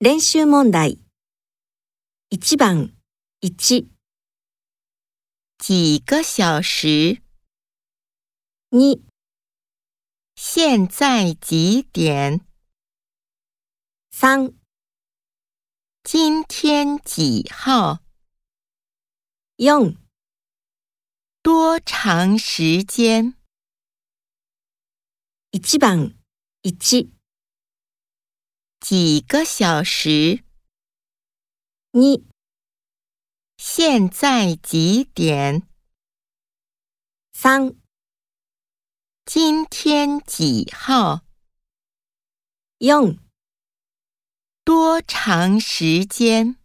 練習問題。1番、1、几个小时？ 2、现在几点？ 3、今天几号？ 4、多长时间？ 1番、1、几个小时？ 2、现在几点？ 3、今天几号？ 4多长时间？